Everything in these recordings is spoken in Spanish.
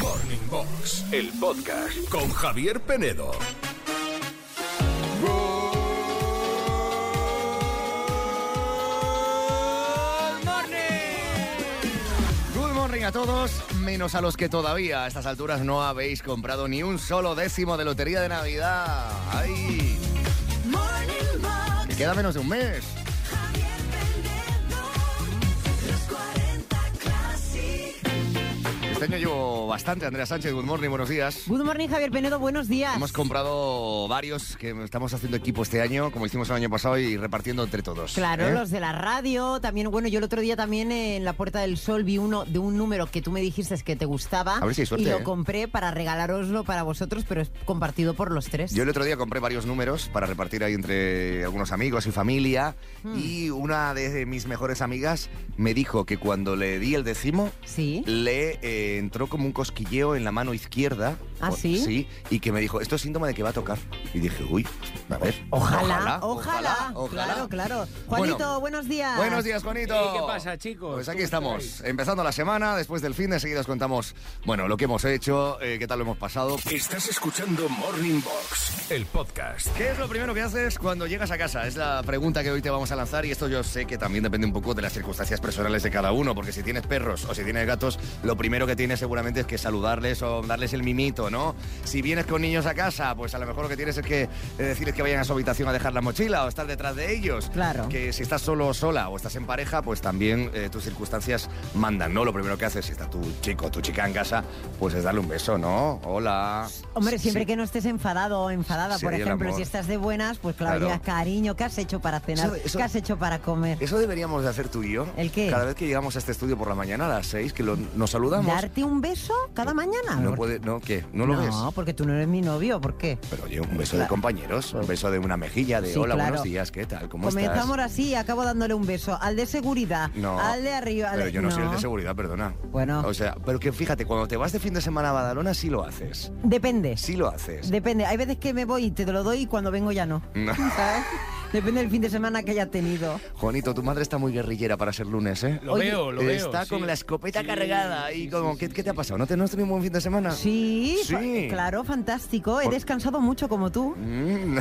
Morning Box, el podcast con Javier Penedo. Good morning a todos, menos a los que todavía a estas alturas no habéis comprado ni un solo décimo de lotería de Navidad. ¡Ay! Morning Box, Que queda menos de un mes. Javier Penedo, los 40 Classic. Este año llevo bastante, Andrea Sánchez. Good morning, buenos días. Good morning, Javier Penedo, buenos días. Hemos comprado varios que estamos haciendo equipo este año, como hicimos el año pasado, y repartiendo entre todos. Claro, ¿eh? los de la radio, también, bueno, yo el otro día también eh, en la Puerta del Sol vi uno de un número que tú me dijiste que te gustaba A ver si hay suerte, y lo ¿eh? compré para regalaroslo para vosotros, pero es compartido por los tres. Yo el otro día compré varios números para repartir ahí entre algunos amigos y familia Hmm. y una de mis mejores amigas me dijo que cuando le di el décimo Sí. le eh, entró como un cosquilleo en la mano izquierda. ¿Ah, O- sí? Sí, y que me dijo, esto es síntoma de que va a tocar. Y dije, uy, a ver. Ojalá, ojalá, ojalá, ojalá. Claro, claro. Juanito, Bueno. buenos días. Buenos días, Juanito. Ey, ¿qué pasa, chicos? Pues aquí ¿Cómo estamos, estáis? empezando la semana, después del fin de seguida os contamos, bueno, lo que hemos hecho, eh, qué tal lo hemos pasado. Estás escuchando Morning Box, el podcast. ¿Qué es lo primero que haces cuando llegas a casa? Es la pregunta que hoy te vamos a lanzar y esto yo sé que también depende un poco de las circunstancias personales de cada uno, porque si tienes perros o si tienes gatos, lo primero que tienes seguramente es que saludarles o darles el mimito, ¿no? Si vienes con niños a casa, pues a lo mejor lo que tienes es que eh, decirles que vayan a su habitación a dejar la mochila o estar detrás de ellos. Claro. Que si estás solo o sola o estás en pareja, pues también eh, tus circunstancias mandan, ¿no? Lo primero que haces si está tu chico o tu chica en casa, pues es darle un beso, ¿no? Hola. Hombre, siempre Sí. que no estés enfadado o enfadada, Sí, por el ejemplo, amor. si estás de buenas, pues claro, Claro. ya, cariño, ¿qué has hecho para cenar? Eso- eso- ¿Qué has hecho para comer? Eso deberíamos de hacer tú y yo. ¿El qué? Cada vez que llegamos a este estudio por la mañana a las 6, que lo- nos saludamos. ¿Darte un beso cada mañana? No Porque- puede, no, ¿qué? ¿No lo ves? No, porque tú no eres mi novio, ¿por qué? Pero oye, un beso de Claro. compañeros, un beso de una mejilla, de Sí, hola, claro. buenos días, ¿qué tal? ¿Cómo Comenzamos estás? así y acabo dándole un beso al de seguridad, No. al de arriba. al Pero de- yo no, soy el de seguridad, perdona. Bueno. O sea, pero que fíjate, cuando te vas de fin de semana a Badalona sí lo haces. Depende. Sí lo haces. Depende. Hay veces que me voy y te lo doy y cuando vengo ya no. No. ¿Sabes? Depende del fin de semana que haya tenido. Juanito, tu madre está muy guerrillera para ser lunes, ¿eh? Lo Oye, veo, lo veo. está sí. con la escopeta Sí, cargada y sí, como, sí, ¿qué, sí, qué te ha sí. pasado? ¿No, te, ¿No has tenido un buen fin de semana? Sí, fa- eh, Sí. claro, fantástico. He Por- descansado mucho como tú. Mm.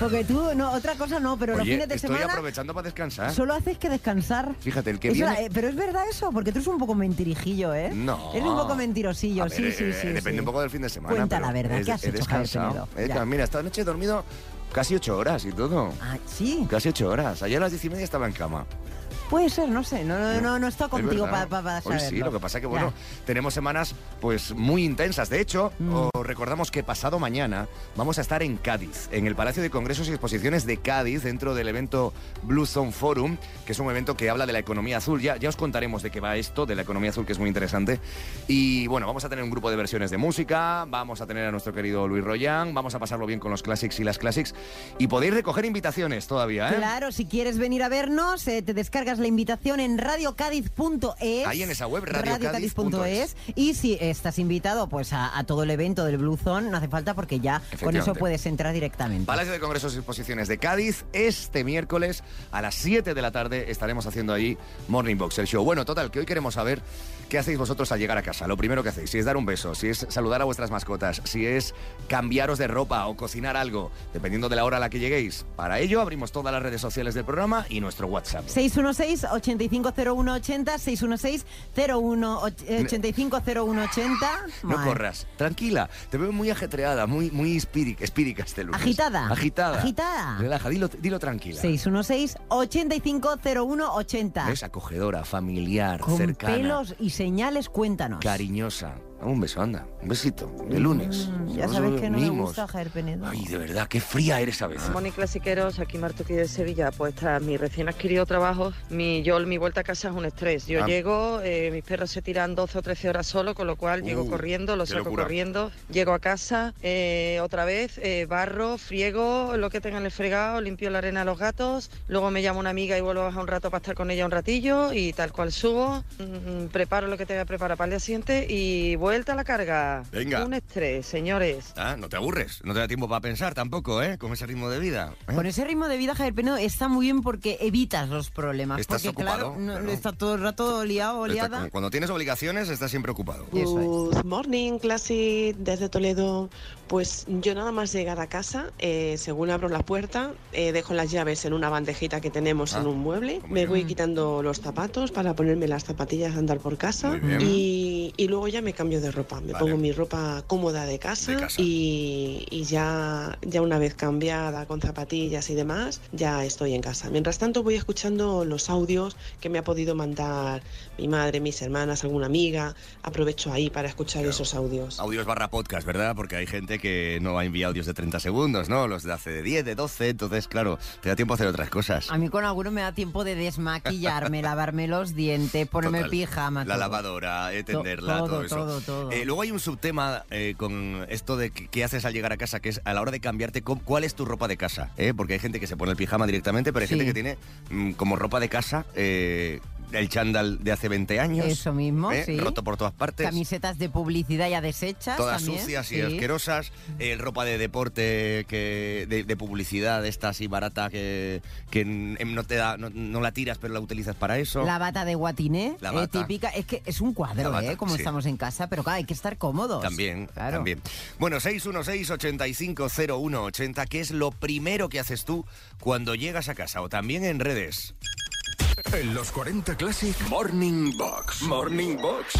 Porque tú, no, otra cosa no, pero los Oye, fines de estoy semana aprovechando para descansar. solo haces que descansar. Fíjate, el que Eso, viene... eh, pero es verdad eso, porque tú eres un poco mentirijillo, ¿eh? No. Eres un poco mentirosillo, A ver, sí, eh, sí, sí. Depende sí. un poco del fin de semana. Cuenta pero la verdad, he- ¿qué has he hecho, Javier descansado. Penedo? He- Ya. Mira, esta noche he dormido casi ocho horas y todo. Ah, sí. Casi ocho horas. Ayer a las diez y media estaba en cama. Puede ser, no sé, no, no, no, no estoy Es contigo verdad. para pa, pa Hoy sí, saberlo. lo que pasa que, Ya. bueno, tenemos semanas pues muy intensas. De hecho, Mm. os recordamos que pasado mañana vamos a estar en Cádiz, en el Palacio de Congresos y Exposiciones de Cádiz, dentro del evento Blue Zone Forum, que es un evento que habla de la economía azul. Ya, ya os contaremos de qué va esto, de la economía azul, que es muy interesante. Y bueno, vamos a tener un grupo de versiones de música, vamos a tener a nuestro querido Luis Royan, vamos a pasarlo bien con los clásicos y las clásicas. Y podéis recoger invitaciones todavía, ¿eh? Claro, si quieres venir a vernos, eh, te descargas la invitación en radiocadiz.es. Ahí en esa web, radiocadiz.es. radiocadiz.es. Y si estás invitado pues a, a todo el evento del Blue Zone, no hace falta porque ya con eso Efectivamente. puedes entrar directamente. Palacio de Congresos y Exposiciones de Cádiz. Este miércoles a las 7 de la tarde estaremos haciendo ahí Morning Box, el show. Bueno, total, que hoy queremos saber qué hacéis vosotros al llegar a casa. Lo primero que hacéis, si es dar un beso, si es saludar a vuestras mascotas, si es cambiaros de ropa o cocinar algo, dependiendo de la hora a la que lleguéis. Para ello abrimos todas las redes sociales del programa y nuestro WhatsApp. 616-850180, 616-850180. No corras, tranquila. Te veo muy ajetreada, muy, muy espírica, espírica este lunes. Agitada. Agitada. Agitada. Relaja, dilo, dilo tranquila. 616-850180. Es acogedora, familiar, Con cercana. pelos y señales, cuéntanos. cariñosa. Dame un beso, anda. Un besito. De lunes. Mm, Vamos ya a sabes ver que no me mimos. gusta Ah. Javier Penedo. Ay, de verdad, qué fría eres a veces. Moni Pues, Clasiqueros, aquí Martuqui de Sevilla. Pues tras mi recién adquirido trabajo, mi yo mi vuelta a casa es un estrés. Yo Ah. llego, eh, mis perros se tiran 12 o 13 horas solo, con lo cual Uh, llego corriendo, lo qué saco locura. corriendo, llego a casa, eh, otra vez, eh, barro, friego, lo que tenga en el fregado, limpio la arena a los gatos, luego me llama una amiga y vuelvo a bajar un rato para mm, estar con ella un ratillo y tal cual subo, mm, preparo lo que tenga que preparar para el día siguiente y Vuelta a la carga. Venga. Un estrés, señores. Ah, no te aburres, no te da tiempo para pensar tampoco, ¿eh? Con ese ritmo de vida. ¿eh? Con ese ritmo de vida, Javier Penedo, está muy bien porque evitas los problemas. Estás porque, ocupado, claro, no- claro. está todo el rato liado, Está oleada. como cuando tienes obligaciones, estás siempre ocupado. Eso Good morning, clase desde Toledo. Pues yo nada más llegar a casa, eh, según abro la puerta, eh, dejo las llaves en una bandejita que tenemos Ah, en un mueble, como me yo. voy quitando los zapatos para ponerme las zapatillas de andar por casa Muy bien. y, y luego ya me cambio de ropa, me Vale. pongo mi ropa cómoda de casa, De casa. y, y ya, ya una vez cambiada con zapatillas y demás, ya estoy en casa. Mientras tanto voy escuchando los audios que me ha podido mandar mi madre, mis hermanas, alguna amiga, aprovecho ahí para escuchar Claro. esos audios. Audios barra podcast, ¿verdad? Porque hay gente que no envía audios de 30 segundos, ¿no? Los de hace de 10, de 12, entonces, claro, te da tiempo a hacer otras cosas. A mí con alguno me da tiempo de desmaquillarme, lavarme los dientes, ponerme Total. pijama. La todo. lavadora, eh, tenderla, todo, todo, eso. todo, todo. Eh, luego hay un subtema eh, con esto de que- qué haces al llegar a casa, que es a la hora de cambiarte, co- ¿cuál es tu ropa de casa? eh? Porque hay gente que se pone el pijama directamente, pero hay gente Sí. que tiene mm, como ropa de casa eh, el chándal de hace 20 años. Eso mismo, eh, sí. Roto por todas partes. Camisetas de publicidad ya deshechas. Todas también, sucias y sí. asquerosas, eh, ropa de deporte, que de, de publicidad, de esta así barata que, que mm, no, te da, no, no la tiras pero la utilizas para eso. La bata de guatiné, La eh, bata. típica. Es que es un La cuadro, bata, ¿eh? Como sí. estamos en casa, pero claro, hay que estar cómodos. También, Claro. también. Bueno, 616-850180, ¿qué es lo primero que haces tú cuando llegas a casa? O también en redes. En los 40 Classic Morning Box. Morning Box.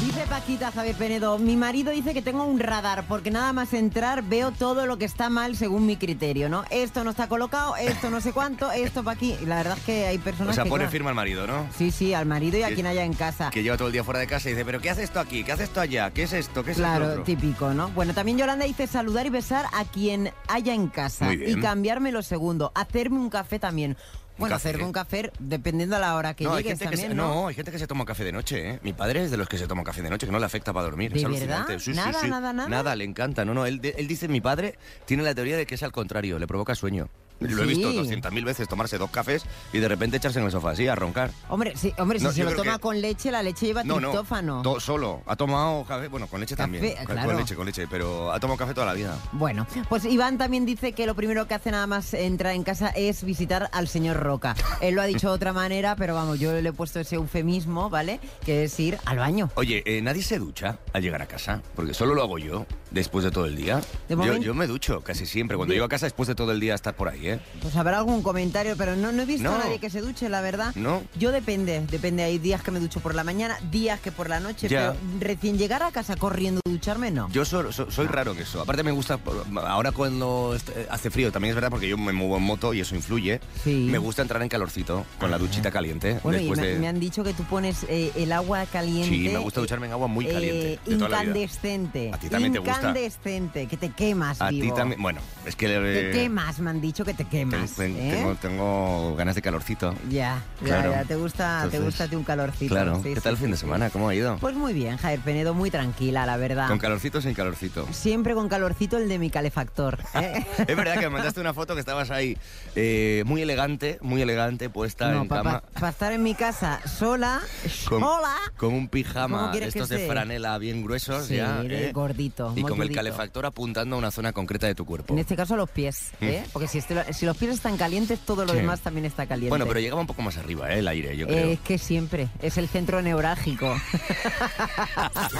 Dice Paquita Javier Penedo, mi marido dice que tengo un radar porque nada más entrar veo todo lo que está mal según mi criterio, ¿no? Esto no está colocado, esto no sé cuánto, esto para aquí. Y La verdad es que hay personas O sea, que... Ah. pone claro, firma al marido, ¿no? Sí, sí, al marido y a Que- quien haya en casa. Que lleva todo el día fuera de casa y dice, ¿pero qué haces esto aquí? ¿Qué haces esto allá? ¿Qué es esto? ¿Qué es esto Claro, otro?". típico, ¿no? Bueno, también Yolanda dice saludar y besar a quien haya en casa. Muy bien. Y cambiarme lo segundo. Hacerme un café también. Bueno, café. hacerme un café dependiendo a la hora que No, hay llegues gente que se- también, no, ¿no? hay gente que se toma café de noche, ¿eh? Mi padre es de los que se toma café de noche, que no le afecta para dormir. ¿De es verdad? alucinante. Sí, sí, Nada, sí. nada, nada. le encanta. No, no, él, de- él dice, mi padre tiene la teoría de que es al contrario, le provoca sueño. Lo he Sí. visto 200.000 veces tomarse dos cafés y de repente echarse en el sofá así a roncar. Hombre, sí, hombre, No, si se yo lo creo toma que- con leche, la leche lleva No, triptófano. no. to- solo. Ha tomado café. Bueno, con leche Café, también. Con- claro. Con leche, con leche. Pero ha tomado café toda la vida. Bueno, pues Iván también dice que lo primero que hace nada más entrar en casa es visitar al señor Roca. Él lo ha dicho de otra manera, pero vamos, yo le he puesto ese eufemismo, ¿vale? Que es ir al baño. Oye, eh, nadie se ducha al llegar a casa. Porque solo lo hago yo después de todo el día. De yo, momento- yo me ducho casi siempre. Cuando llego a casa después de todo el día estar por ahí, ¿eh? Pues habrá algún comentario, pero no, no he visto No. a nadie que se duche, la verdad. No. Yo depende, depende. Hay días que me ducho por la mañana, días que por la noche, Ya. pero recién llegar a casa corriendo a ducharme, no. Yo so- so- soy raro en eso. Aparte me gusta, por- ahora cuando est- eh, hace frío, también es verdad porque yo me muevo en moto y eso influye. Sí. Me gusta entrar en calorcito con la duchita caliente. bueno, y después me, de... me han dicho que tú pones eh, el agua caliente. Sí, me gusta ducharme en agua muy caliente, eh, de toda la vida. incandescente. A ti también te gusta. Incandescente, que te quemas, A ti vivo. también... Bueno, es que... Te eh, quemas, me han dicho que te ten- quemas. ten- ¿eh? tengo, tengo ganas de calorcito. Ya, ya, Claro. ya, te gusta, Entonces, te gusta a ti un calorcito. Claro. sí, ¿Qué sí, tal el sí, fin de sí. semana? ¿Cómo ha ido? Pues muy bien, Javier Penedo, muy tranquila, la verdad. Con calorcito o sin calorcito. Siempre con calorcito el de mi calefactor. ¿eh? Es verdad que me mandaste una foto que estabas ahí eh, muy elegante, muy elegante, puesta en para cama. estar en mi casa sola, Con, sola. con un ¿Cómo pijama de quieres que estos de esté? franela bien gruesos Sí, ya. de ¿eh? gordito, Y muy con el gordito. calefactor apuntando a una zona concreta de tu cuerpo. En este caso los pies, ¿eh? porque si, este- si los pies están calientes, todo lo Mm. Sí. demás también está caliente. Bueno, pero llegaba un poco más arriba, ¿eh? el aire, yo creo. Eh, es que siempre, es el centro neurálgico.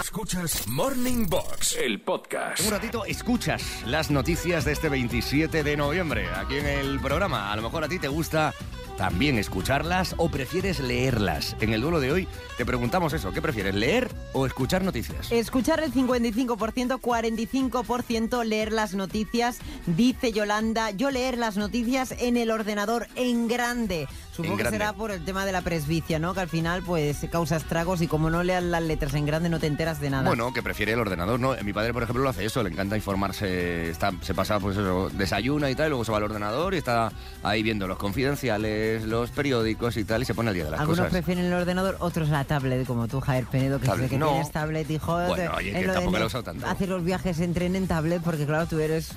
Escuchas Morning Box, el podcast. Un ratito escuchas las noticias de este 27 de noviembre aquí en el programa. A lo mejor a ti te gusta también escucharlas o prefieres leerlas. En el duelo de hoy te preguntamos eso, ¿qué prefieres, leer o escuchar noticias? Escuchar el 55%, 45% leer las noticias, dice Yolanda. Yo leer las noticias en el ordenador, en grande. Supongo En que grande. será por el tema de la presbicia, ¿no? Que al final, pues, causa estragos y como no leas las letras en grande, no te enteras de nada. Bueno, que prefiere el ordenador, ¿no? Mi padre, por ejemplo, lo hace eso, le encanta informarse, está, se pasa, pues eso, desayuna y tal, y luego se va al ordenador y está ahí viendo los confidenciales, los periódicos y tal, y se pone al día de las Algunos cosas. prefieren el ordenador, otros la tablet, como tú, Javier Penedo, que Tablet, desde que no. tienes tablet, hijo... Bueno, te- oye, en que lo de tampoco la ne- he usado tanto. Haces los viajes en tren en tablet, porque claro, tú eres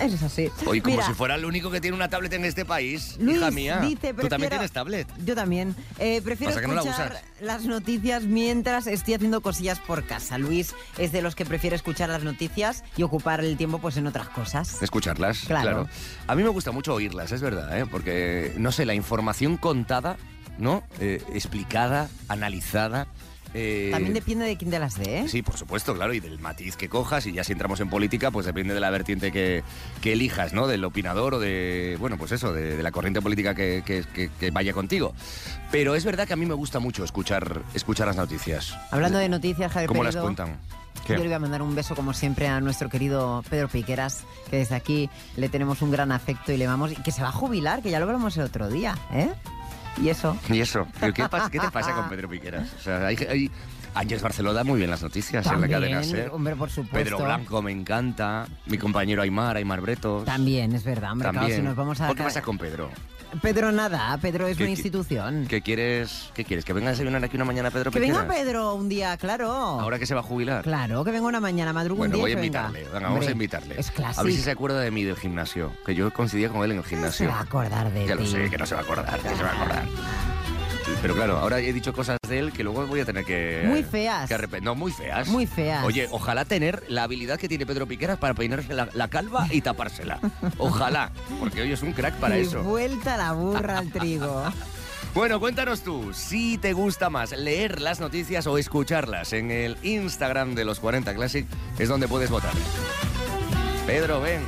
Eso es así. Oye, como Mira, si fuera el único que tiene una tablet en este país, Luis hija mía. dice, Tú también prefiero- tienes tablet. Yo también. Eh, prefiero Pasa que no la escuchar usas. las noticias mientras estoy haciendo cosillas por casa. Luis es de los que prefiere escuchar las noticias y ocupar el tiempo pues en otras cosas. Escucharlas, claro. Claro. A mí me gusta mucho oírlas, es verdad, ¿eh? porque, no sé, la información contada, ¿no? Eh, explicada, analizada. eh, También depende de quién te las dé. ¿eh? Sí, por supuesto, claro, y del matiz que cojas, y ya si entramos en política, pues depende de la vertiente que, que elijas, ¿no? Del opinador o de, bueno, pues eso, de, de la corriente política que, que- que- que vaya contigo. Pero es verdad que a mí me gusta mucho escuchar, escuchar las noticias. Hablando de noticias, Javier ¿Cómo las Peredo, cuentan? ¿Qué? Yo le voy a mandar un beso, como siempre, a nuestro querido Pedro Piqueras, que desde aquí le tenemos un gran afecto y le vamos. Y que se va a jubilar, que ya lo hablamos el otro día, ¿eh? Y eso. ¿Y eso? ¿Qué, qué pas- qué te pasa con Pedro Piqueras? O sea, hay, hay- Ángeles Barceló da muy bien las noticias en la También, cadena SER. Hombre, por supuesto. Pedro Blanco me encanta. Mi compañero Aymar, Aymar Bretos. También, es verdad, hombre, claro, También. si nos vamos a... ¿Por qué pasa con Pedro? Pedro nada, Pedro es ¿Qué- una qué- institución. ¿Qué quieres? ¿Qué quieres? ¿Que venga a desayunar aquí una mañana Pedro que venga Piqueras? Pedro un día, claro. Ahora que se va a jubilar. Claro, que venga una mañana, madruga Bueno, un día voy a y que venga. invitarle. Venga, vamos Hombre, a invitarle. Es clásico. A ver si se acuerda de mí del gimnasio. Que yo coincidía con él en el gimnasio. se va a acordar de Ya lo ti. sé, que no se va a acordar, que se va a acordar. Pero claro, ahora he dicho cosas de él que luego voy a tener que... Muy feas. que arrep- no, muy feas. Muy feas. Oye, ojalá tener la habilidad que tiene Pedro Piqueras para peinarse la, la calva y tapársela. Ojalá, porque hoy es un crack para Y eso. vuelta la burra al trigo. Bueno, cuéntanos tú, si te gusta más leer las noticias o escucharlas en el Instagram de los 40 Classic, es donde puedes votar. Pedro, ven.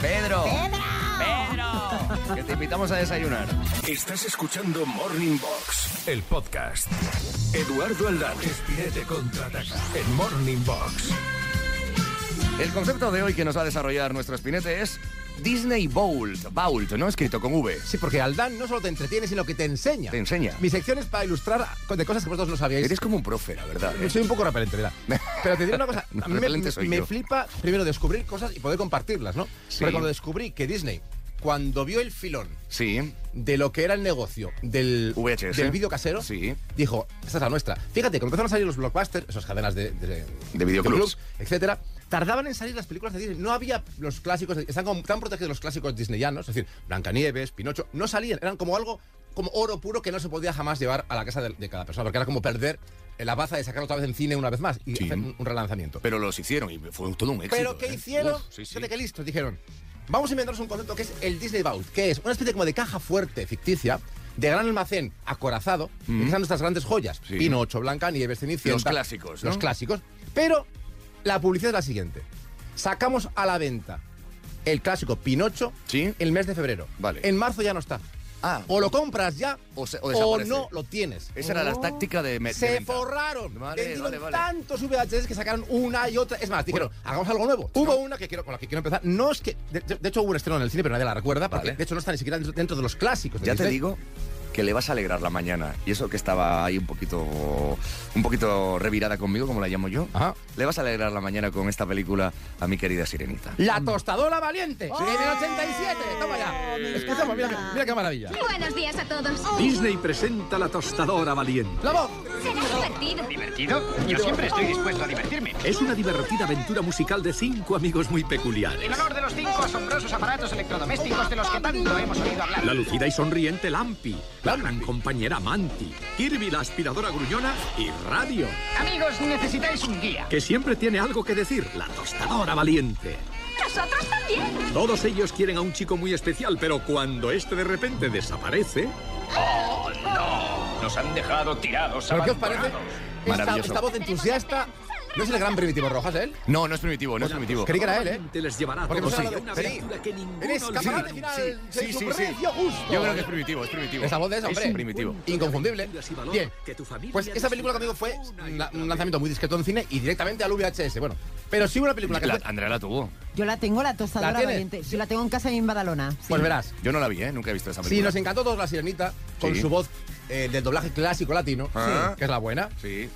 Pedro. Pedro. Pedro. Que te invitamos a desayunar. Estás escuchando Morning Box, el podcast. Eduardo Aldán, Espinete contraataca en Morning Box. El concepto de hoy que nos va a desarrollar nuestro espinete es Disney Bolt, Bolt, ¿no? Escrito con V. Sí, porque Aldán no solo te entretiene, sino que te enseña. Te enseña. Mi sección es para ilustrar de cosas que vosotros no sabíais. Eres como un profe, la verdad. ¿eh? Soy un poco repelente, ¿verdad? Pero te diré una cosa. A mí me, Repelente soy me yo. flipa primero descubrir cosas y poder compartirlas, ¿no? Sí. Pero cuando descubrí que Disney, cuando vio el filón Sí. de lo que era el negocio del, VHS. del vídeo casero, Sí. dijo, esta es la nuestra. Fíjate, cuando empezaron a salir los blockbusters, esas cadenas de, de, videoclubs. etcétera, tardaban en salir las películas de Disney. No había los clásicos, de- están como- tan protegidos los clásicos disneyanos, es decir, Blancanieves, Pinocho, no salían, eran como algo, como oro puro que no se podía jamás llevar a la casa de, de cada persona, porque era como perder la baza de sacarlo otra vez en cine una vez más y Sí. hacer un, un relanzamiento. Pero los hicieron y fue todo un éxito. Pero ¿qué ¿eh? hicieron? Uf, sí, sí. Fíjate qué listos, dijeron. Vamos a inventarnos un concepto que es el Disney Vault, que es una especie como de caja fuerte ficticia de gran almacén acorazado, que están nuestras grandes joyas, Mm. Sí. Pinocho, Blanca, Nieves, Cenicienta. Los clásicos, ¿no? Los clásicos. Pero la publicidad es la siguiente. Sacamos a la venta el clásico Pinocho Sí. el mes de febrero. Vale. En marzo ya no está. Ah. o lo compras ya O se- o desaparece. no lo tienes. Esa era la táctica de... me- de Oh. Se venta. forraron. Vale, Vendieron vale, vale. tantos VHS que sacaron una y otra. Es más, dijeron, hagamos algo nuevo. Hubo una que quiero, con la que quiero empezar. No es que. De, de hecho, hubo un estreno en el cine, pero nadie la recuerda. Porque Vale. de hecho no está ni siquiera dentro, dentro de los clásicos. de Ya te Disney. digo que le vas a alegrar la mañana. Y eso que estaba ahí un poquito un poquito revirada conmigo, como la llamo yo. Ajá. Le vas a alegrar la mañana con esta película a mi querida Sirenita. La tostadora valiente. En el 87. Toma ya. me Escuchamos, mira, encanta. mira qué maravilla. Buenos días a todos. Oh. Disney presenta la tostadora valiente. La voz. Será divertido. ¿Divertido? Yo siempre estoy dispuesto a divertirme. Es una divertida aventura musical de cinco amigos muy En peculiares. honor de los cinco asombrosos aparatos electrodomésticos de los que tanto hemos oído hablar. La lucida y sonriente Lampi, la gran compañera Manti, Kirby la aspiradora gruñona y Radio, Amigos, necesitáis un guía. que siempre tiene algo que decir, la tostadora valiente. Nosotros también. Todos ellos quieren a un chico muy especial, pero cuando este de repente desaparece, ¡Oh, no! Nos han dejado tirados ¿Pero qué os parece? Esta, Maravilloso. esta voz entusiasta. ¿No es el gran primitivo Rojas, él? No, no es primitivo, no es primitivo. Creí que era él, ¿eh? te les llevará a Porque todos no se a habla de- una sí. aventura que ninguno Eres escaparate olvidará. final. Sí, sí, sí. Precio justo. Yo creo que es primitivo, es primitivo. Esa voz de esa, hombre. Es primitivo. Inconfundible. Aventuras y valor Bien. que tu familia Pues esa película, conmigo fue disfruta una y la- otra un vez. lanzamiento muy discreto en cine y directamente al VHS. Bueno, pero sí una película que La- fue- Andrea la tuvo. Yo la tengo la tostadora ¿La tienes? valiente. Yo la tengo en casa y en Badalona. sí. Pues verás. Yo no la vi, ¿eh? Nunca he visto esa Sí, película. nos encantó todos la sirenita con Sí. su voz eh, del doblaje clásico latino, Ah. que es la buena. Sí.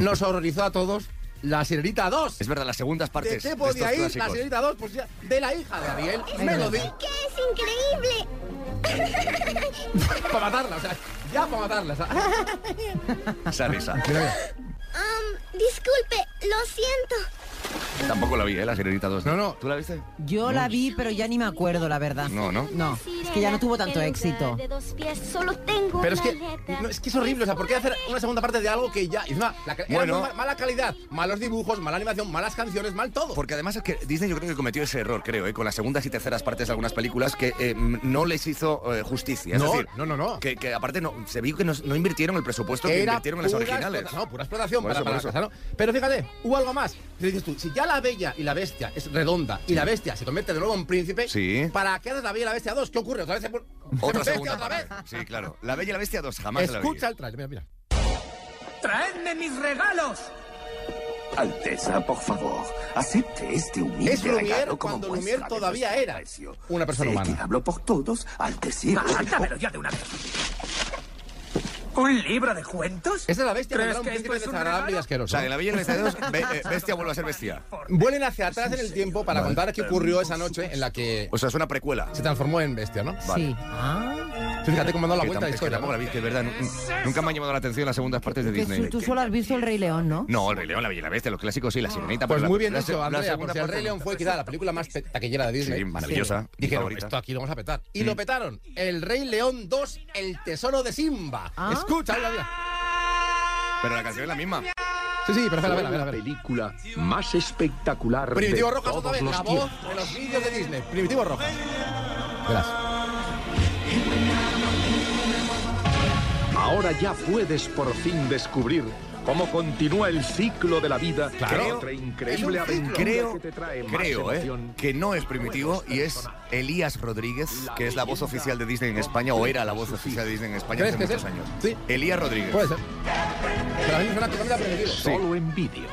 Nos horrorizó a todos la sirenita 2. Es verdad, las segundas ¿De partes. qué de estos podía ir la clásicos. sirenita 2? Pues ya, de la hija de Ariel, Es Melody, verdad. ¡Es increíble! para matarla. O sea, ya para matarla. o sea. Esa risa. disculpe, lo Um, siento. Tampoco la vi, ¿eh? La Sirenita 2. No, no. ¿Tú la viste? Yo la vi, pero ya ni me acuerdo, la verdad. No, ¿no? No, es que ya no tuvo tanto éxito. Pero es que, no, es que es horrible, o sea, ¿por qué hacer una segunda parte de algo que ya... y encima, la ca- era Bueno. muy ma- mala calidad, malos dibujos, mala animación, malas canciones, mal todo. Porque además es que Disney yo creo que cometió ese error, creo, ¿eh? con las segundas y terceras partes de algunas películas que eh, m- no les hizo eh, justicia. Es No, decir, no, no, no. Que, que aparte no, se vio que no, no invirtieron el presupuesto que invirtieron en las pura originales. explota- no, pura explotación Por para, eso, para por la casa, ¿no? Pero fíjate, hubo algo más. Y dices tú, si ya la bella y la bestia es redonda y la bestia se convierte de nuevo en príncipe, Sí. ¿para qué haces la bella y la bestia 2? ¿Qué ocurre? ¿Otra vez? se pon- Otra bestia segunda. otra vez? Sí, claro. La Bella y la Bestia 2 jamás la vi. Escucha el trailer, mira, mira. ¡Traedme mis regalos! Alteza, por favor, acepte este humilde Es Lumière regalo como cuando muestra Lumière de todavía nuestro era aprecio. una persona Sé humana. que hablo por todos al decir... ¡Sáltamelo ya de una vez! ¿Un libro de cuentos? Esta es la bestia, ¿Crees era un que esto príncipe es un desagradable y regalo? O asqueroso. sea, en La Bella y la Bestia 2, be- eh, Bestia vuelve a ser Bestia. Vuelen hacia atrás en el tiempo para contar qué ocurrió esa noche en la que O sea, es una precuela. se transformó en bestia, ¿no? Sí. Ah, Fíjate cómo han dado la Que vuelta tam- es a la que historia. tampoco la ¿no? vi, que es verdad. nu- Nunca me han llamado la atención las segundas partes de que Disney. su- tú solo has visto El Rey León, ¿no? No, el Rey León, la Bella y la Bestia, los clásicos y la Sirenita. Pues pero muy la- bien la se- dicho, la Andrea, segunda porque el parte Rey no. León fue quizá la película más pe- taquillera de Disney. Sí, maravillosa. mi Dijeron, favorita. esto aquí lo vamos a petar. Y lo petaron. El Rey León 2, el tesoro de Simba. Ah. Escucha, habla, habla. Pero la canción es la misma. Sí, sí, pero espera, espera, la espera, espera. película más espectacular Primitivo de Rojas otra todos vez, los la tiempos. voz de los vídeos de Disney. Primitivo Rojas. Verás. Ahora ya puedes por fin descubrir cómo continúa el ciclo de la vida. Claro. que otra increíble Es un ciclo. aventura Creo, que te trae más creo, eh, emoción. que no es primitivo y es Elías Rodríguez, que es la voz oficial de Disney en España, o era la voz oficial de Disney en España ¿Crees hace que muchos sí? años. Sí. Elías Rodríguez. Puede ser. Pero a mí me suena totalmente a primitivo. Solo en vídeo.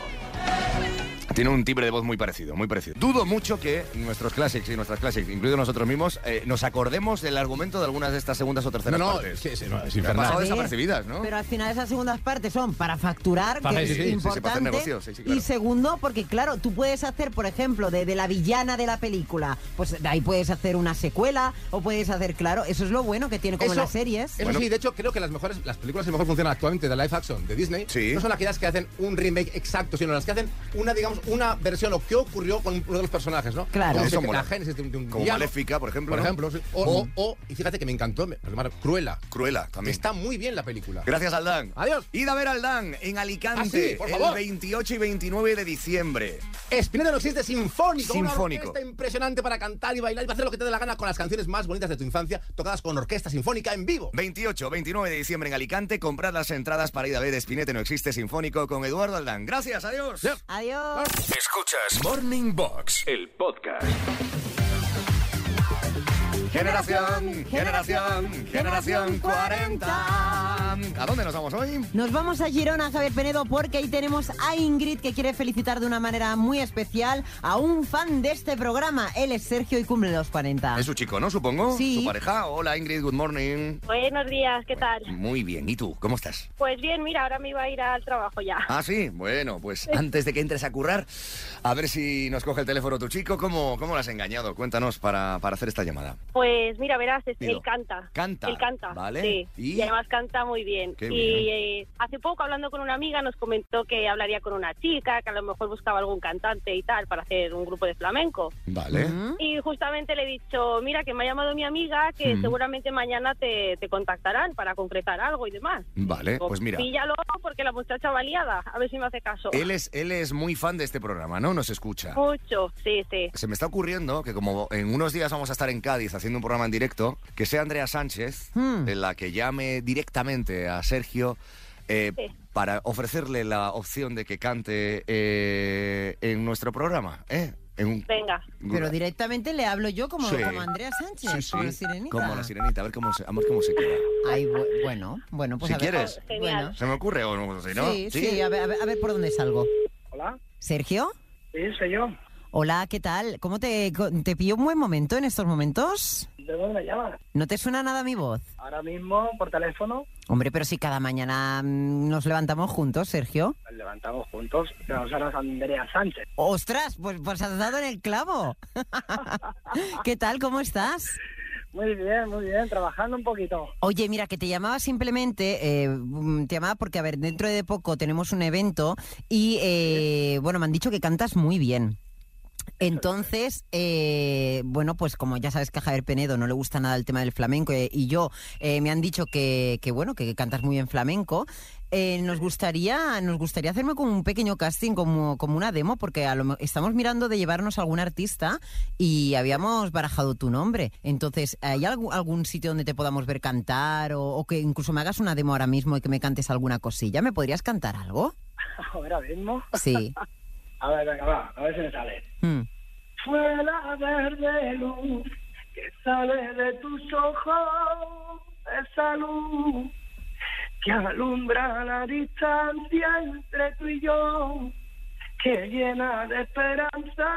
Tiene un timbre de voz muy parecido, muy parecido. Dudo mucho que nuestros clásicos y nuestras clásicos, incluidos nosotros mismos, eh, nos acordemos del argumento de algunas de estas segundas o No, terceras no, partes. es, que- sí, no, es Han infernal. pasado A ver, desapercibidas, ¿no? Pero al final esas segundas partes son para facturar, Para- que sí, sí, es sí, sí, para hacer importante. negocios, sí, sí, claro. Y segundo, porque claro, tú puedes hacer, por ejemplo, de, de la villana de la película, pues de ahí puedes hacer una secuela o puedes hacer, claro, eso es lo bueno que tiene como Eso- las series. Eso Bueno. sí, de hecho, creo que las mejores las películas que mejor funcionan actualmente de live action de Disney Sí. no son aquellas que hacen un remake exacto, sino las que hacen una, digamos, una versión o qué ocurrió con uno de los personajes, ¿no? Claro. Como Eso que mola. la génesis de un, de un Como villano, Maléfica, por ejemplo, Por ¿no? ejemplo, sí. o, o- o- y fíjate que me encantó, me, me- Cruella. Cruela también. Está muy bien la película. Gracias, Aldán. Adiós. Id a ver a Aldán en Alicante Ah, sí, por el favor. 28 y 29 de diciembre. Espineta no existe sinfónico. Sinfónico. Una orquesta impresionante para cantar y bailar y para hacer lo que te dé la gana con las canciones más bonitas de tu infancia, tocadas con orquesta sinfónica en vivo. 28, 29 de diciembre en Alicante. Comprad las entradas para ir a ver Espinete No Existe Sinfónico con Eduardo Aldán. Gracias, adiós. Adiós. Adiós. Escuchas Morning Box, el podcast. Generación, generación, generación 40. ¿A dónde nos vamos hoy? Nos vamos a Girona, Javier Penedo, porque ahí tenemos a Ingrid que quiere felicitar de una manera muy especial a un fan de este programa. Él es Sergio y cumple los 40. Es su chico, ¿no? Supongo. Sí. Su pareja. Hola, Ingrid, good morning. Buenos días, ¿qué tal? Muy bien. ¿Y tú? ¿Cómo estás? Pues bien, mira, ahora me iba a ir al trabajo ya. Ah, sí. Bueno, pues antes de que entres a currar, a ver si nos coge el teléfono tu chico. ¿Cómo, cómo lo has engañado? Cuéntanos para, para hacer esta llamada. Pues mira, verás, es- Dilo. él canta. Canta, Él canta. ¿vale? Sí. ¿Y? ¿Y? además canta muy bien. Qué y bien. eh, hace poco, hablando con una amiga, nos comentó que hablaría con una chica, que a lo mejor buscaba algún cantante y tal para hacer un grupo de flamenco. Vale. ¿Mm? Y justamente le he dicho, mira, que me ha llamado mi amiga, que Mm. seguramente mañana te, te contactarán para concretar algo y demás. Vale, Digo, pues mira. Píllalo porque la muchacha va liada. A ver si me hace caso. Él es, él es muy fan de este programa, ¿no? Nos escucha. Mucho, sí, sí. Se me está ocurriendo que como en unos días vamos a estar en Cádiz haciendo un programa en directo, que sea Andrea Sánchez Hmm. en la que llame directamente a Sergio eh, Sí. para ofrecerle la opción de que cante eh, en nuestro programa. ¿eh? En un- Venga. Mm, Pero directamente le hablo yo como, Sí. como Andrea Sánchez, Sí, sí, como la sirenita. Como la sirenita, a ver cómo se, a ver cómo se queda. Ay, bu- bueno, bueno, pues Si a ver. quieres. Oh, genial. Bueno. ¿Se me ocurre o no? Si no Sí, sí, a ver, a ver- a ver por dónde salgo. Hola, Sergio, sí, soy yo. hola, ¿qué tal? ¿Cómo te, co- te pilló un buen momento en estos momentos? ¿De dónde me llamas? ¿No te suena nada mi voz? Ahora mismo, por teléfono, Hombre, pero si cada mañana mm, nos levantamos juntos, Sergio. nos levantamos juntos. Nos harás Andrea Sánchez. ¡Ostras! Pues, pues has dado en el clavo. ¿Qué tal? ¿Cómo estás? Muy bien, muy bien, trabajando un poquito. Oye, mira, que te llamaba simplemente, eh, mm, te llamaba porque, a ver, dentro de poco tenemos un evento y, eh, bueno, me han dicho que cantas muy bien. Entonces, eh, bueno, pues como ya sabes que a Javier Penedo no le gusta nada el tema del flamenco eh, y yo eh, me han dicho que, que, bueno, que cantas muy bien flamenco, eh, nos gustaría nos gustaría hacerme como un pequeño casting, como, como una demo, porque a lo me- estamos mirando de llevarnos a algún artista y habíamos barajado tu nombre. Entonces, ¿hay algu- algún, sitio donde te podamos ver cantar o, o que incluso me hagas una demo ahora mismo y que me cantes alguna cosilla? ¿Me podrías cantar algo? Ahora mismo. Sí. A ver, venga, va, a ver si me sale. Mm. Fue la verde luz que sale de tus ojos, esa luz que alumbra la distancia entre tú y yo, que llena de esperanza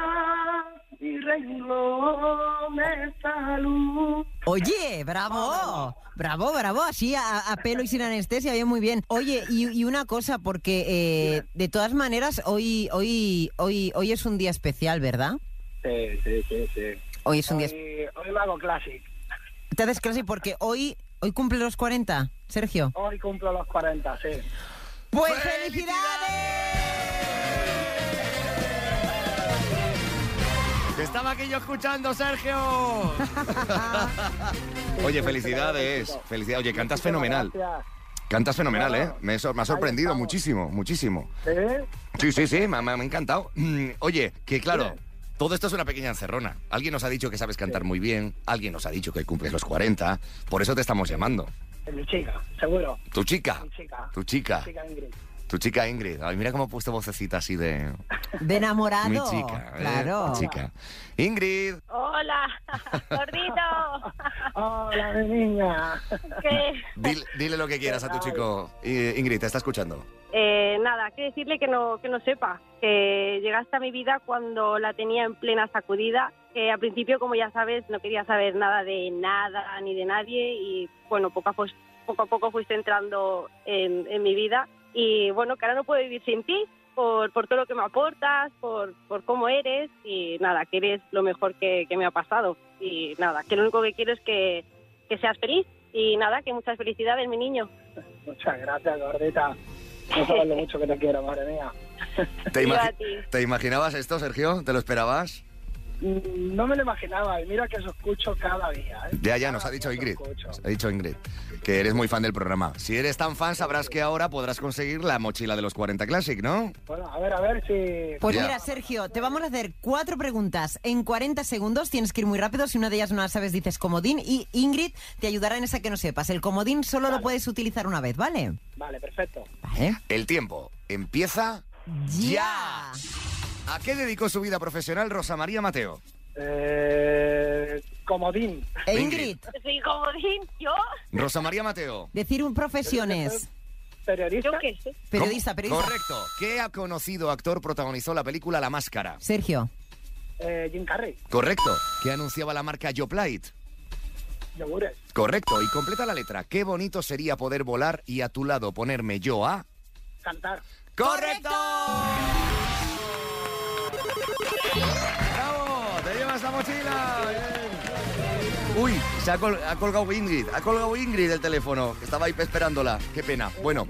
mi renglón, esa luz. Oye, bravo, bravo, bravo, así a, a pelo y sin anestesia, bien, muy bien. Oye, y, y una cosa, porque eh, de todas maneras, hoy, hoy, hoy, hoy es un día especial, ¿verdad? Sí, sí, sí, sí. Hoy es un día... es- Hoy, hoy me hago classic. Te haces clase porque hoy, hoy cumple los 40, Sergio. Hoy cumplo los 40, sí. Pues felicidades. Te estaba aquí yo escuchando, Sergio. Oye, felicidades. Felicidades. Oye, cantas fenomenal. Gracias. Cantas fenomenal, ¿eh? Me, he sor- me ha sorprendido muchísimo, muchísimo. ¿Eh? Sí, sí, sí, me, me- me ha encantado. Mm, Oye, que claro, todo esto es una pequeña encerrona. Alguien nos ha dicho que sabes cantar muy bien, alguien nos ha dicho que cumples los 40, por eso te estamos llamando. Mi chica, seguro. Tu chica, Mi chica. tu chica, Chica Ingrid. tu chica Ingrid. Ay, mira cómo he puesto vocecita así de... De enamorado. Mi chica, ¿eh? claro. Mi chica. Ingrid, Hola, gordito. Hola, mi niña. Que, dile, dile lo que quieras a tu chico. Eh, Ingrid, te está escuchando. eh, nada, que decirle que no, que no sepa, que llegaste a mi vida cuando la tenía en plena sacudida, que al principio, como ya sabes, no quería saber nada de nada ni de nadie y, bueno, poco a, pos- poco, a poco fuiste entrando en, en mi vida y, bueno, que ahora no puedo vivir sin ti por, por todo lo que me aportas, por, por cómo eres y, nada, que eres lo mejor que, que me ha pasado y, nada, que lo único que quiero es que, que seas feliz y, nada, que muchas felicidades, mi niño. Muchas gracias, gordita. No sabes lo mucho que te quiero, madre mía. ¿Te, Yo a imagi- ¿Te imaginabas esto, Sergio? ¿Te lo esperabas? Mm, No me lo imaginaba y mira que os escucho cada día. ¿eh? Ya, ya, nos ha dicho Ingrid. Nos ha dicho Ingrid que eres muy fan del programa. Si eres tan fan, sabrás que ahora podrás conseguir la mochila de los 40 Classic, ¿no? Bueno, a ver, a ver si... Pues Ya. mira, Sergio, te vamos a hacer cuatro preguntas en 40 segundos. Tienes que ir muy rápido. Si una de ellas no la sabes, dices comodín. Y Ingrid te ayudará en esa que no sepas. El comodín solo lo puedes utilizar una vez, ¿vale? Vale, perfecto. El tiempo empieza ya. ¿A qué dedicó su vida profesional Rosa María Mateo? Eh, comodín. E Ingrid. Sí, comodín, yo. Rosa María Mateo. Decir un profesiones. Periodista. qué sé. Periodista, periodista. Correcto. ¿Qué ha conocido actor protagonizó la película La Máscara? Sergio. Eh, Jim Carrey, Correcto. ¿Qué anunciaba la marca Joplite? yogures. Correcto. Y completa la letra. Qué bonito sería poder volar y a tu lado ponerme yo a... Cantar. ¡Correcto! ¡Bravo! ¡Te llevas la mochila! Uy, se ha, col- ha colgado Ingrid, ha colgado Ingrid el teléfono. Estaba ahí esperándola. Qué pena. Bueno,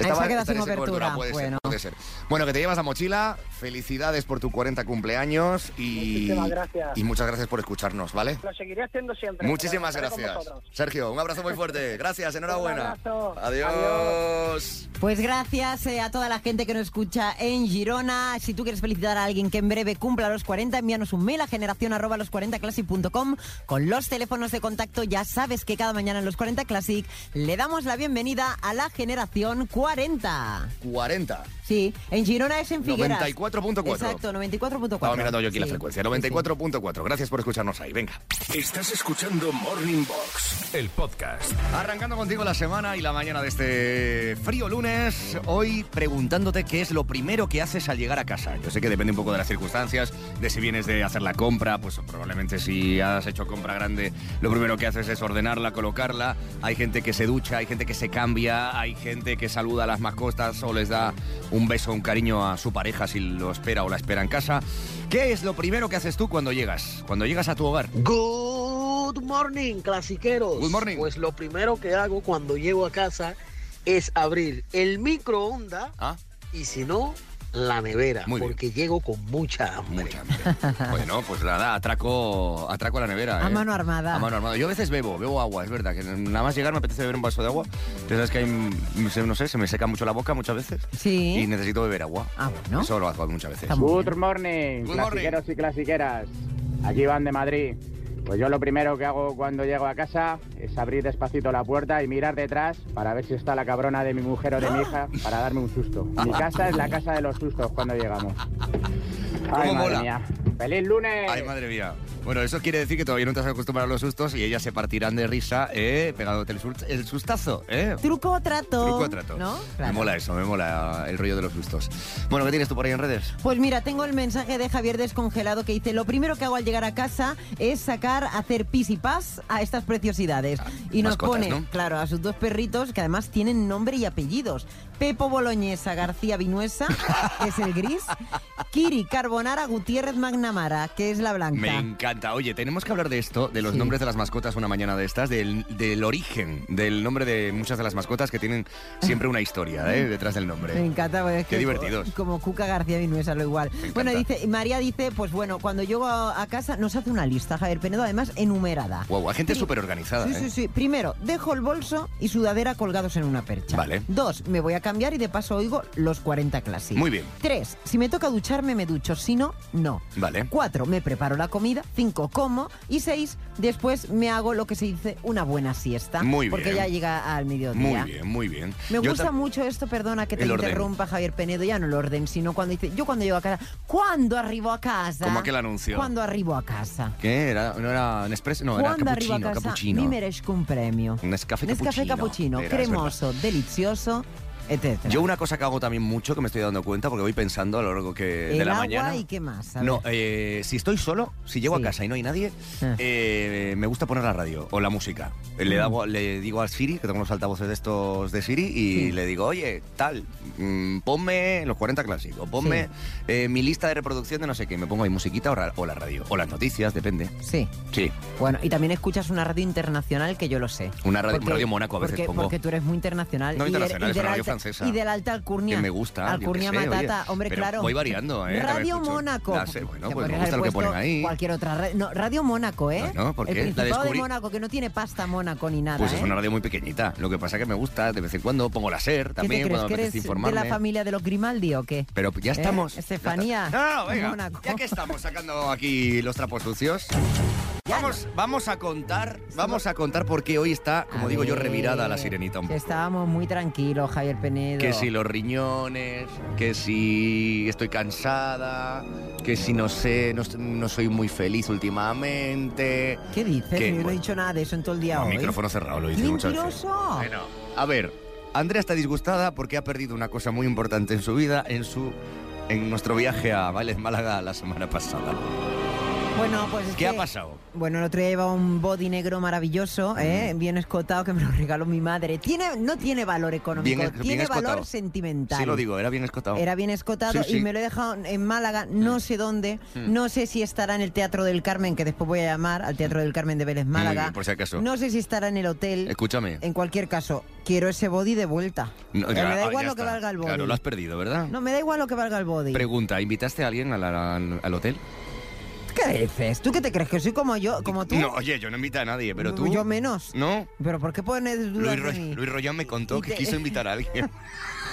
Ah, se ha quedado estaría sin cobertura. puede Bueno. ser, puede ser. Bueno, que te llevas la mochila. Felicidades por tu 40 cumpleaños y Muchísimas gracias. y muchas gracias por escucharnos, ¿vale? Lo seguiré haciendo siempre. Muchísimas pero estaré con gracias. vosotros. Sergio, un abrazo muy fuerte. Gracias, enhorabuena. abrazo. Adiós. Pues gracias eh, a toda la gente que nos escucha en Girona. Si tú quieres felicitar a alguien que en breve cumpla los 40, envíanos un mail a generación arroba los 40 classic.com con los teléfonos de contacto. Ya sabes que cada mañana en los 40 Classic le damos la bienvenida a la generación 40. 40. Sí, en Girona es en Figueras. 94.4. Exacto, 94.4. Estaba mirando yo aquí la Sí. frecuencia. 94.4. Gracias por escucharnos ahí. Venga. Estás escuchando Morning Box, el podcast. Arrancando contigo la semana y la mañana de este frío lunes, hoy preguntándote qué es lo primero que haces al llegar a casa. Yo sé que depende un poco de las circunstancias, de si vienes de hacer la compra, pues probablemente si has hecho compra grande, lo primero que haces es ordenarla, colocarla. Hay gente que se ducha, hay gente que se cambia, hay gente que saluda a las mascotas o les da un beso, un cariño a su pareja si lo espera o la espera en casa. ¿Qué es lo primero que haces tú cuando llegas? Cuando llegas a tu hogar. Good Good morning, clasiqueros. Good morning. Pues lo primero que hago cuando llego a casa es abrir el microondas y si no, la nevera. Muy bien. porque llego con mucha hambre. Bueno, pues nada, atraco, atraco la nevera. A ¿eh? mano armada. A mano armada. Yo a veces bebo, bebo agua, es verdad. Que nada más llegar me apetece beber un vaso de agua. Tú sabes que hay, mm, se- no sé, se me seca mucho la boca muchas veces. Sí. Y necesito beber agua. Ah, bueno. Eso lo hago muchas veces. Good morning, Good morning. clasiqueros y clasiqueras. Aquí van de Madrid. Pues yo lo primero que hago cuando llego a casa es abrir despacito la puerta y mirar detrás para ver si está la cabrona de mi mujer o de mi hija para darme un susto. Mi casa es la casa de los sustos cuando llegamos. Ay, ¿Cómo madre mola? mía. ¡Feliz lunes! Ay, madre mía. Bueno, eso quiere decir que todavía no te has acostumbrado a los sustos y ellas se partirán de risa, ¿eh? Pegándote el, sus- el sustazo, ¿eh? Truco o trato. Truco o trato. ¿No? Me Claro. mola eso, me mola el rollo de los sustos. Bueno, ¿qué tienes tú por ahí en redes? Pues mira, tengo el mensaje de Javier Descongelado que dice, lo primero que hago al llegar a casa es sacar, hacer pis y pas a estas preciosidades. y nos Ah, mascotas, pone, ¿no? claro, a sus dos perritos que además tienen nombre y apellidos. Pepo Boloñesa García Vinuesa, que es el gris. Kiri Carbonara Gutiérrez Magnamara, que es la blanca. Me encanta. Oye, tenemos que hablar de esto, de los Sí. nombres de las mascotas una mañana de estas, del, del origen, del nombre de muchas de las mascotas que tienen siempre una historia ¿eh? detrás del nombre. Me encanta, pues es Qué que divertidos. Como Cuca García Vinuesa, lo igual. Bueno, dice, y María dice, pues bueno, cuando llego a, a casa nos hace una lista, Javier Penedo, además enumerada. Guau, hay gente ¿eh? Pri- súper organizada. Sí, sí, sí. Primero, dejo el bolso y sudadera colgados en una percha. Vale. Dos, me voy a cambiar y de paso oigo los 40 clásicos. Muy bien. Tres, si me toca ducharme, me ducho. Si no, no. Vale. Cuatro, me preparo la comida. Cinco, como. Y seis, después me hago lo que se dice una buena siesta. Muy Porque bien. ya llega al mediodía. Muy bien, muy bien. Me Yo gusta tam- mucho esto, perdona que te El orden. interrumpa Javier Penedo, ya no el orden, sino cuando dice, yo cuando llego a casa, ¿cuándo arribo a casa? Como aquel anuncio. ¿Cuándo arribo a casa? ¿Qué? Era, ¿No era Nespresso? No, era ¿Cuándo arribo a Cappuccino. casa? Cappuccino. Mi merezco un premio. Nescafé Nescafé Cappuccino. cappuccino, Era, es verdad. cremoso, delicioso, etc. Yo una cosa que hago también mucho, que me estoy dando cuenta, porque voy pensando a lo largo que, el de la agua mañana. y qué más. A No, ver. Ah. eh, si estoy solo, si llego a casa y no hay nadie, eh, me gusta poner la radio o la música. Eh, Mm. Le, hago- le digo al Siri, que tengo los altavoces de estos de Siri, y Sí. le digo, oye, tal, mm, ponme los 40 clásicos, ponme Sí. eh, mi lista de reproducción de no sé qué, me pongo ahí musiquita o, ra- o la radio, o las noticias, depende. Sí. Sí, Bueno, y también escuchas una radio internacional que yo lo sé. una radio, Porque- radio Mónaco a veces porque, pongo. porque tú eres muy internacional. No, y de- internacional, y es de una la radio alta- francesa. Y de la alta alcurnia. que me gusta. yo Alcurnia qué sé, oye, Matata, hombre, pero claro. Voy variando, ¿eh? También Radio escucho- Mónaco. La sé, bueno, Que pues me podrías gusta haber lo que ponen puesto ahí. Cualquier otra radio. No, Radio Mónaco, ¿eh? No, no, ¿por qué? La El Principado descubrí- de Mónaco, que no tiene pasta Mónaco ni nada. Pues ¿eh? es una radio muy pequeñita. Lo que pasa que me gusta, de vez en cuando pongo la SER ¿Qué te también, crees? cuando me ¿Que eres apetece de informarme. la familia de los Grimaldi o qué? Pero ya ¿Eh? estamos. Estefanía. No, no, venga. Mónaco. Ya que estamos sacando aquí los trapos sucios. Vamos, vamos a contar, vamos a contar por qué hoy está, como digo yo, revirada la sirenita un Que poco. estábamos muy tranquilos, Javier Penedo. Que si los riñones, que si estoy cansada, que si no sé, no, no soy muy feliz últimamente. ¿Qué dices? Que, Yo no he bueno, dicho nada de eso en todo el día no, hoy. micrófono cerrado, lo dice muchas veces. ¡Mentiroso! Bueno, a ver, Andrea está disgustada porque ha perdido una cosa muy importante en su vida, en su en nuestro viaje a Vales Málaga la semana pasada. Bueno, pues es ¿Qué que- ha pasado? Bueno, el otro día llevaba un body negro Mm. maravilloso, ¿eh? bien escotado, que me lo regaló mi madre. Tiene, no tiene valor económico, Bien es- tiene bien valor escotado. sentimental. Sí lo digo, era bien escotado. Era bien escotado Sí, sí. y me lo he dejado en Málaga, no sé dónde, Mm. no sé si estará en el Teatro del Carmen, que después voy a llamar al Teatro del Carmen de Vélez Mm. Muy Málaga. bien, por si acaso. No sé si estará en el hotel. Escúchame. En cualquier caso, quiero ese body de vuelta. No, Eh, ya- me da ah, igual ya lo que está. valga el body. Claro, lo has perdido, ¿verdad? No, me da igual lo que valga el body. Pregunta, ¿invitaste a alguien a la- al, al hotel? ¿Qué dices? ¿Tú qué te crees? ¿Que soy como yo, como tú? No, oye, yo no invité a nadie, pero tú... Yo menos. No. ¿Pero por qué pones dudas Luis, de Ro- mí? Luis Rollán me contó que te- quiso invitar a alguien.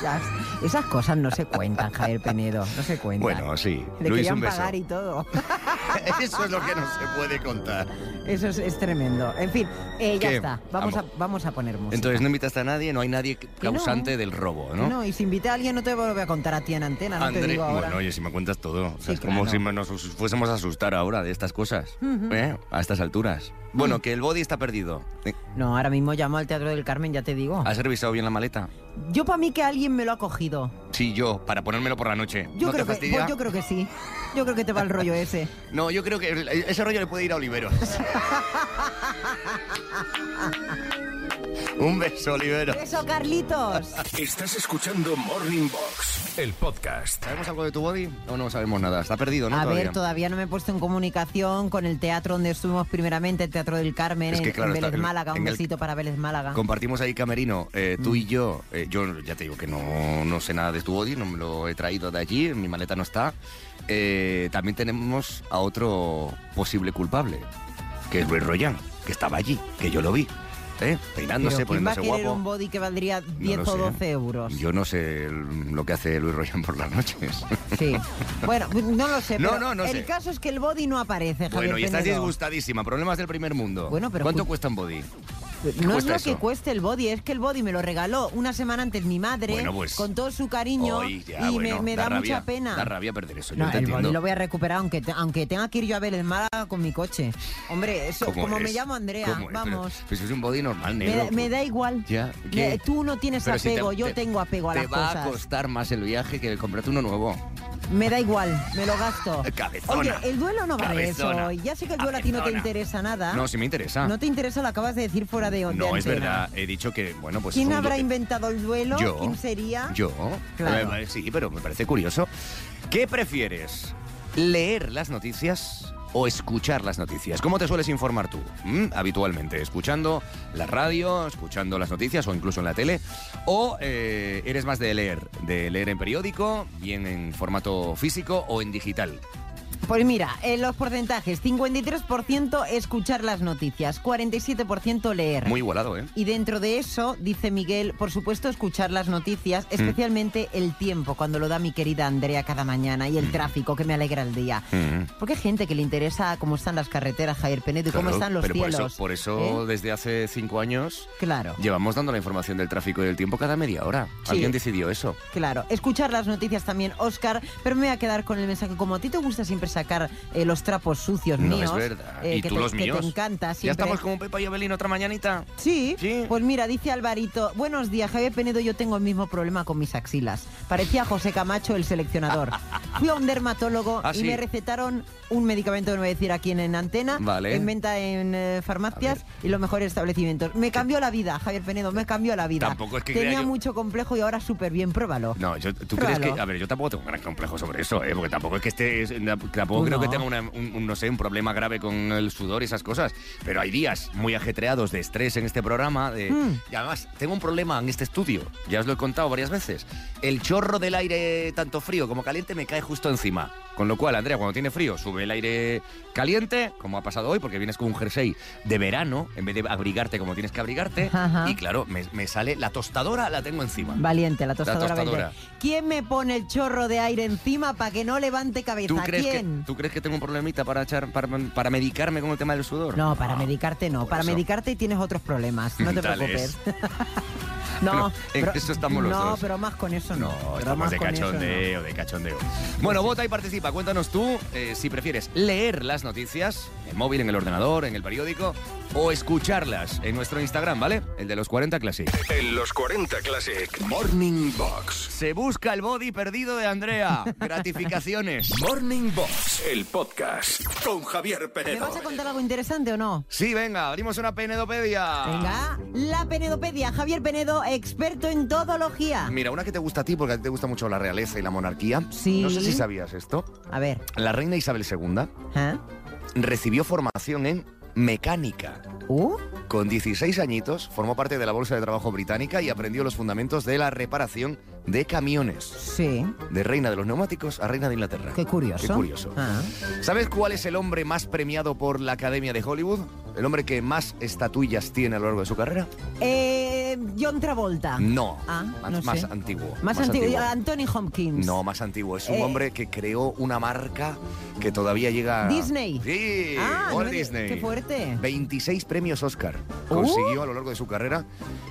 Las- Esas cosas no se cuentan, Javier Penedo, no se cuentan. Bueno, sí. Le Luis, querían un beso. pagar y todo. Eso es lo que no se puede contar. Eso es, es tremendo. En fin, eh, ya ¿Qué? está. Vamos a, Vamos. vamos a poner música. Entonces no invitaste a nadie, no hay nadie no. causante del robo, Que ¿no? y si invité a alguien no te lo voy a contar a ti en antena, no te André- digo ahora. bueno, oye, si me cuentas todo. O sea, Sí, es como claro. Mm. si me- nos us- fuésemos a asustar ahora de estas cosas. Ujú. ¿eh? A estas alturas. Mm. Bueno, que el body está perdido. Eh, No, ahora mismo llamo al Teatro del Carmen, ya te digo. Ah. ¿Has revisado bien la maleta? Yo para mí que alguien me lo ha cogido. Sí, yo, para ponérmelo por la noche. Yo, ¿No creo, te que, fastidia? pues yo creo que sí. Yo creo que te va el rollo ese. No, yo creo que el- ese rollo le puede ir a Oliveros. Un beso, Oliveros. Beso, Carlitos. Estás escuchando Morning Box, el podcast. ¿Sabemos algo de tu body o no sabemos nada? Está perdido, ¿no? A Todavía. ver, todavía no me he puesto en comunicación con el teatro donde estuvimos primeramente, el Teatro del Carmen, Es que, en- claro, en está- Vélez Málaga. en Un el- besito para Vélez Málaga. Compartimos ahí camerino, eh, tú y yo. Eh, yo ya te digo que no, no sé nada de tu body, no me lo he traído de allí, en mi maleta no está. Eh, también tenemos a otro posible culpable, que es Luis Royan, que estaba allí, que yo lo vi, ¿eh? peinándose, Pero ¿Quién va a poniéndose querer guapo. un body que valdría 10 lo o sé. 12 euros? Yo no sé el- lo que hace Luis Royan por las noches. Sí. Bueno, no lo sé. No, pero no, no el sé. caso es que el body no aparece, Javier Bueno, y estás Penedo. disgustadísima. Problemas del primer mundo. Bueno, pero ¿Cuánto escu- cuesta un body? ¿Qué No es cuesta lo eso? que cueste el body, es que el body me lo regaló una semana antes mi madre, Bueno, pues, con todo su cariño, Ay, ya, y me- bueno, me, da, rabia, mucha pena. Da rabia perder eso. No, yo te el boli entiendo. lo voy a recuperar, aunque, te- aunque tenga que ir yo a ver el Málaga con mi coche. Hombre, eso, ¿Cómo como me es? llamo Andrea, ¿Cómo es? Pero- vamos. Pero, si es un body normal, Me negro. da- me da igual. Ya, Me- ¿qué? Tú no tienes Pero si te- apego, yo te- tengo apego a las Te va a cosas. costar más el viaje que comprarte uno nuevo. Me da igual, me lo gasto. Cabezona. Oye, el duelo no va de eso. Cabezona. Ya sé que el duelo a ti no te Cabezona. interesa nada. No, si me interesa. No te interesa, lo acabas de decir fuera de de No, es antena. verdad. He dicho que, bueno, pues... ¿Quién es un habrá do- inventado el duelo? Yo. ¿Quién sería? Yo. Claro. Eh, Sí, pero me parece curioso. ¿Qué prefieres? ¿Leer las noticias o escuchar las noticias? ¿Cómo te sueles informar tú? ¿Mm? Habitualmente, escuchando la radio, escuchando las noticias o incluso en la tele. ¿O eh, eres más de leer? ¿De leer en periódico, bien en formato físico o en digital? Pues mira, eh, los porcentajes, 53% escuchar las noticias, 47% leer. Muy igualado, ¿eh? Y dentro de eso, dice Miguel, por supuesto escuchar las Mm. noticias, especialmente el tiempo, cuando lo da mi querida Andrea cada mañana y el Mm. tráfico que me alegra el día. Mm-hmm. Porque hay gente que le interesa cómo están las carreteras, Javier Penedo, y cómo Claro, están los pero cielos. Por eso, por eso ¿eh? desde hace cinco años, Claro. llevamos dando la información del tráfico y del tiempo cada media hora. Sí. Alguien decidió eso. Claro, escuchar las noticias también, Oscar, pero me voy a quedar con el mensaje. Como a ti te gusta siempre sacar eh, los trapos sucios No, míos, es verdad. eh, ¿Y que tú te, los que te míos? encanta Ya siempre. estamos como Pepa y Abelín otra mañanita. Sí, pues mira, dice Alvarito, buenos días, Javier Penedo, yo tengo el mismo problema con mis axilas. Parecía José Camacho, el seleccionador. Fui a un dermatólogo Ah, y sí. me recetaron un medicamento, no voy a decir aquí en antena, Vale. en venta en eh, farmacias y los mejores establecimientos. Me cambió la vida, Javier Penedo, me cambió la vida. Tampoco es que Tenía crea yo- mucho complejo y ahora súper bien, pruébalo. No, yo, tú Claro. crees que. A ver, yo tampoco tengo un gran complejo sobre eso, ¿eh? Porque tampoco es que esté. es- na- Tampoco Tú creo que no. tenga una- un, un, no sé, un problema grave con el sudor y esas cosas. Pero hay días muy ajetreados de estrés en este programa. de- Hmm. Mm. Y además, tengo un problema en este estudio. Ya os lo he contado varias veces. El chorro del aire, tanto frío como caliente, me cae justo encima. Con lo cual, Andrea, cuando tiene frío, sube el aire caliente, como ha pasado hoy, porque vienes con un jersey de verano, en vez de abrigarte como tienes que abrigarte. Ajá. Y claro, me, me sale la tostadora, la tengo encima. Valiente, la tostadora, tostadora. valiente. ¿Quién me pone el chorro de aire encima para que no levante cabeza? ¿Tú crees, que, ¿Quién? ¿Tú crees que tengo un problemita para, echar, para, para medicarme con el tema del sudor? No, para medicarte no. Para Ah, eso. medicarte tienes otros problemas. No te Mentales. preocupes. no, No, en eso estamos los no, dos. pero más con eso no. pero Estamos más de con eso cachondeo, de cachondeo. Bueno, vota y participa. Cuéntanos tú eh, si prefieres leer las noticias, en el móvil, en el ordenador, en el periódico, o escucharlas en nuestro Instagram, ¿vale? El de los 40 Classic. En los 40 Classic Morning Box. Se busca el body perdido de Andrea. Gratificaciones. Morning Box, el podcast con Javier ¿Me Penedo. vas a contar algo interesante o no? Sí, venga, abrimos una penedopedia. Venga, la Penedopedia. Javier Penedo, experto en todología. Mira, una que te gusta a ti, porque a ti te gusta mucho la realeza y la monarquía. Sí. No sé si sabías esto. A ver. ¿ah? La reina Isabel II recibió formación en mecánica. Uh, Con 16 añitos formó parte de la Bolsa de Trabajo Británica y aprendió los fundamentos de la reparación de camiones. Sí. De reina de los neumáticos a reina de Inglaterra. Qué curioso. Qué curioso. Ah. ¿Sabes cuál es el hombre más premiado por la Academia de Hollywood? ¿El hombre que más estatuillas tiene a lo largo de su carrera? Eh, John Travolta. No. Ah, Mm. más, no más sé. antiguo. Más, antiguo. Anthony Hopkins. No, más antiguo. Es un Eh. hombre que creó una marca que todavía llega... Disney. Sí, Ah, no Walt me- Disney. Qué fuerte. 26 premios Oscar Uh. consiguió a lo largo de su carrera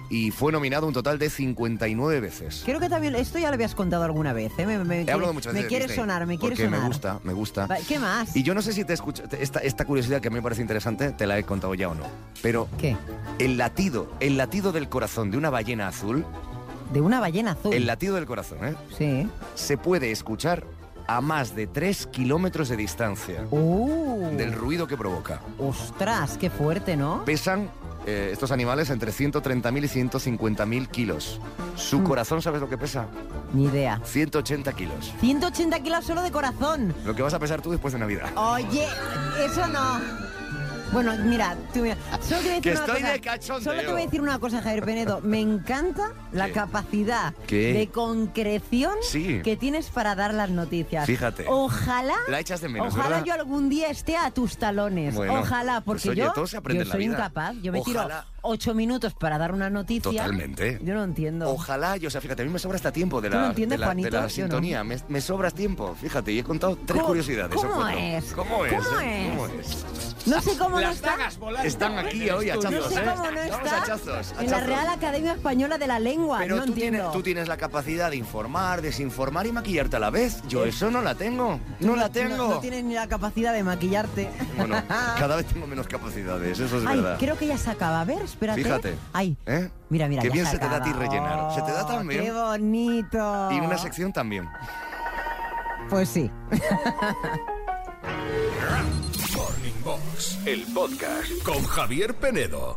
y fue nominado un total de 59 veces. Creo que también esto ya lo habías contado alguna vez. ¿eh? Me, me- me He quiere- hablado muchas me veces de quiere Disney, sonar, me quiere porque sonar. me gusta, me gusta. Va, ¿Qué más? Y yo no sé si te escucha te- esta, esta curiosidad que a mí me parece interesante, te la he contado ya o no. Pero ¿Qué? el latido, el latido del corazón de una ballena azul de una ballena azul. El latido del corazón, ¿eh? Sí. Se puede escuchar a más de 3 kilómetros de distancia del ruido que provoca. Uh, Ostras, qué fuerte, ¿no? Pesan eh, estos animales entre 130.000 y 150.000 kilos. Mm. Su corazón, ¿sabes lo que pesa? Ni idea. 180 kilos. 180 kilos solo de corazón. Lo que vas a pesar tú después de Ah, Navidad. Oye, eso no. Bueno, mira, tú mira. Solo te voy a decir Que una estoy cosa. de cachondeo. Solo te voy a decir una cosa, Javier Penedo. Me encanta la ¿Qué? capacidad ¿Qué? de concreción Sí. que tienes para dar las noticias. Fíjate. Ojalá. La echas de menos, Ojalá ¿verdad? yo algún día esté a tus talones. Bueno, ojalá, porque pues oye, yo, todo se aprende yo en la soy vida. incapaz. Yo me Ojalá. tiro ocho minutos para dar una noticia. Totalmente. Yo no entiendo. Ojalá, yo, o sea, fíjate, a mí me sobra hasta tiempo de ¿Tú no la, entiendes, de la, de Juanito? la Yo no. sintonía. Me, me sobras tiempo, fíjate, y he contado tres ¿Cómo- curiosidades. cómo os cuento. es? ¿Cómo es? ¿Cómo eh? es? ¿Cómo es? No sé cómo no Las está. dagas volando. Están aquí hoy, No hachazos, sé ¿eh? cómo no Vamos, está. hachazos, En la hachazos. Real Academia Española de la Lengua. Pero no tú, tienes, entiendo. tú tienes la capacidad de informar, desinformar y maquillarte a la vez. Yo eso no la tengo. No la tengo. No, tienes ni la capacidad de maquillarte. Bueno, cada vez tengo menos capacidades, eso es Ay, verdad. creo que ya se acaba. A ver, espérate. Fíjate. Ay, ¿Eh? mira, mira. Qué ya bien se se te da a ti acaba. rellenar. se te da Oh, tan bien. Qué bonito. Y una sección también. Pues sí. Morning Box, el podcast con Javier Penedo.